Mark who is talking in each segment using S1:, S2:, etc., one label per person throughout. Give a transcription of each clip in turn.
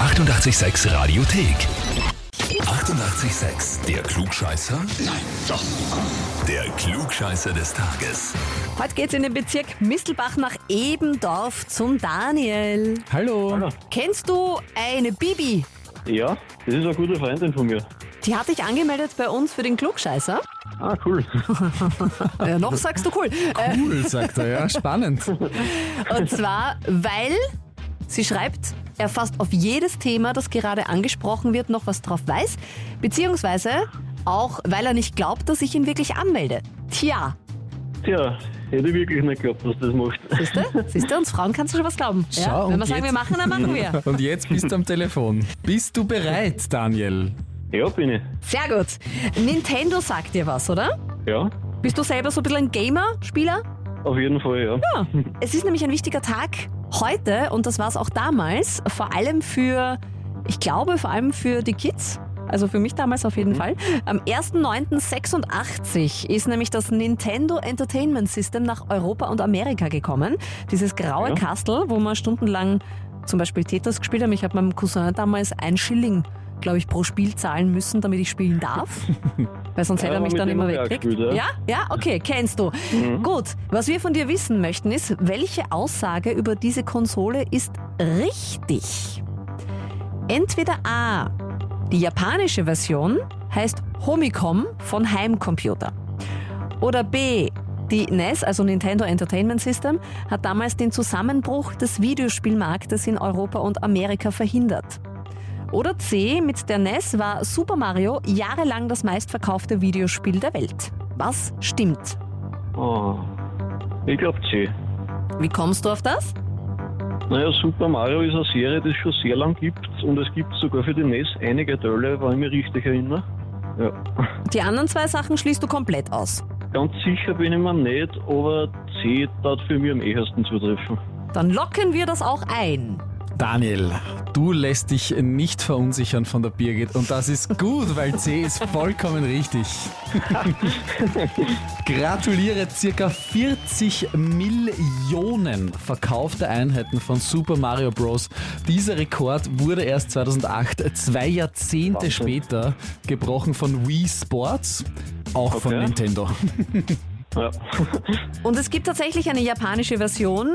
S1: 886 Radiothek. 88,6. Der Klugscheißer? Nein, doch. Der Klugscheißer des Tages.
S2: Heute geht's in den Bezirk Mistelbach nach Ebendorf zum Daniel.
S3: Hallo.
S2: Kennst du eine Bibi?
S4: Ja, das ist eine gute Freundin von mir.
S2: Die hat dich angemeldet bei uns für den Klugscheißer.
S4: Ah, cool.
S3: Ah.
S2: Ja, noch sagst du cool. Äh,
S3: Cool, sagt er, ja. Spannend.
S2: Und zwar, weil sie schreibt, er fast auf jedes Thema, das gerade angesprochen wird, noch was drauf weiß. Beziehungsweise auch, weil er nicht glaubt, dass ich ihn wirklich anmelde. Tja,
S4: Tja, hätte ich wirklich nicht geglaubt, dass du das macht.
S2: siehst du? Siehst du, uns Frauen kannst du schon was glauben.
S3: Schau,
S2: Ja? Wenn
S3: und
S2: wir sagen, wir
S3: jetzt-
S2: machen, dann machen wir.
S3: Und jetzt bist du am Telefon. Bist du bereit, Daniel?
S4: Ja, bin ich.
S2: Sehr gut. Nintendo sagt dir was, oder?
S4: Ja,
S2: Bist du selber so ein bisschen ein Gamer, Spieler?
S4: auf jeden Fall, ja.
S2: Ja. Es ist nämlich ein wichtiger Tag heute und das war es auch damals, vor allem für, ich glaube, vor allem für die Kids. Also für mich damals auf jeden Fall. Am 1.9.86 ist nämlich das Nintendo Entertainment System nach Europa und Amerika gekommen. Dieses graue
S4: Ja.
S2: Kastel, wo man stundenlang zum Beispiel Tetris gespielt hat. Ich habe meinem Cousin damals ein Schilling, glaube ich, pro Spiel zahlen müssen, damit ich spielen darf. Weil sonst
S4: Ja,
S2: hätte er
S4: aber
S2: mich
S4: mit
S2: dann
S4: dem
S2: immer
S4: haben wir auch
S2: wegkriegt.
S4: gespielt,
S2: ja? Ja, okay, kennst du.
S4: Mhm.
S2: Gut, was wir von dir wissen möchten ist, welche Aussage über diese Konsole ist richtig? Entweder A, die japanische Version heißt Homicom von Heimcomputer. Oder B, die NES, also Nintendo Entertainment System, hat damals den Zusammenbruch des Videospielmarktes in Europa und Amerika verhindert. Oder C, mit der NES war Super Mario jahrelang das meistverkaufte Videospiel der Welt. Was stimmt?
S4: Oh, ich glaube C.
S2: Wie kommst du auf das?
S4: Naja, Super Mario ist eine Serie, die es schon sehr lang gibt und es gibt sogar für die NES einige Teile, wenn ich mich richtig erinnere. Ja.
S2: Die anderen zwei Sachen schließt du komplett aus.
S4: Ganz sicher bin ich mir nicht, aber C darf für mich am ehesten zutreffen.
S2: Dann locken wir das auch ein.
S3: Daniel, du lässt dich nicht verunsichern von der Birgit. Und das ist gut, weil C ist vollkommen richtig. Gratuliere, circa 40 Millionen verkaufte Einheiten von Super Mario Bros. Dieser Rekord wurde erst 2008, zwei Jahrzehnte
S4: Wahnsinn.
S3: später, gebrochen von Wii Sports, auch von
S4: Okay.
S3: Nintendo.
S4: Ja.
S2: Und es gibt tatsächlich eine japanische Version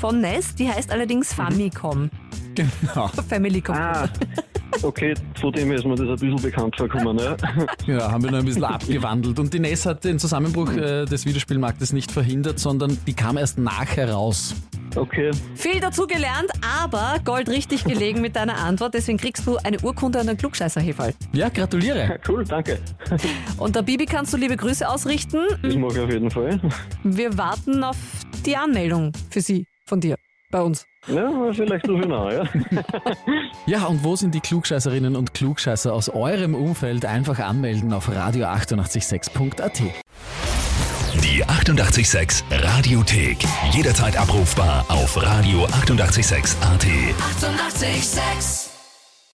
S2: von NES, die heißt allerdings Famicom.
S3: Genau.
S2: Family Computer.
S4: Ah, okay, von dem her ist mir das ein bisschen bekannt vorkommen, ja.
S3: Ja, haben wir noch ein bisschen abgewandelt. Und die NES hat den Zusammenbruch äh, des Videospielmarktes nicht verhindert, sondern die kam erst nachher raus.
S4: Okay,
S2: Viel dazu gelernt, aber Gold richtig gelegen mit deiner Antwort. Deswegen kriegst du eine Urkunde an den Klugscheißerhefall.
S3: Ja, gratuliere.
S4: cool, danke.
S2: Und der Bibi kannst du liebe Grüße ausrichten.
S4: Das mache ich auf jeden Fall.
S2: Wir warten auf die Anmeldung für sie von dir bei uns.
S4: Ja, vielleicht so genau, ja.
S3: Ja, und wo sind die Klugscheißerinnen und Klugscheißer aus eurem Umfeld? Einfach anmelden auf radio886.at.
S1: Die 88,6 Radiothek. Jederzeit abrufbar auf radio886.at. 88,6.
S5: Eighty-eight, sex.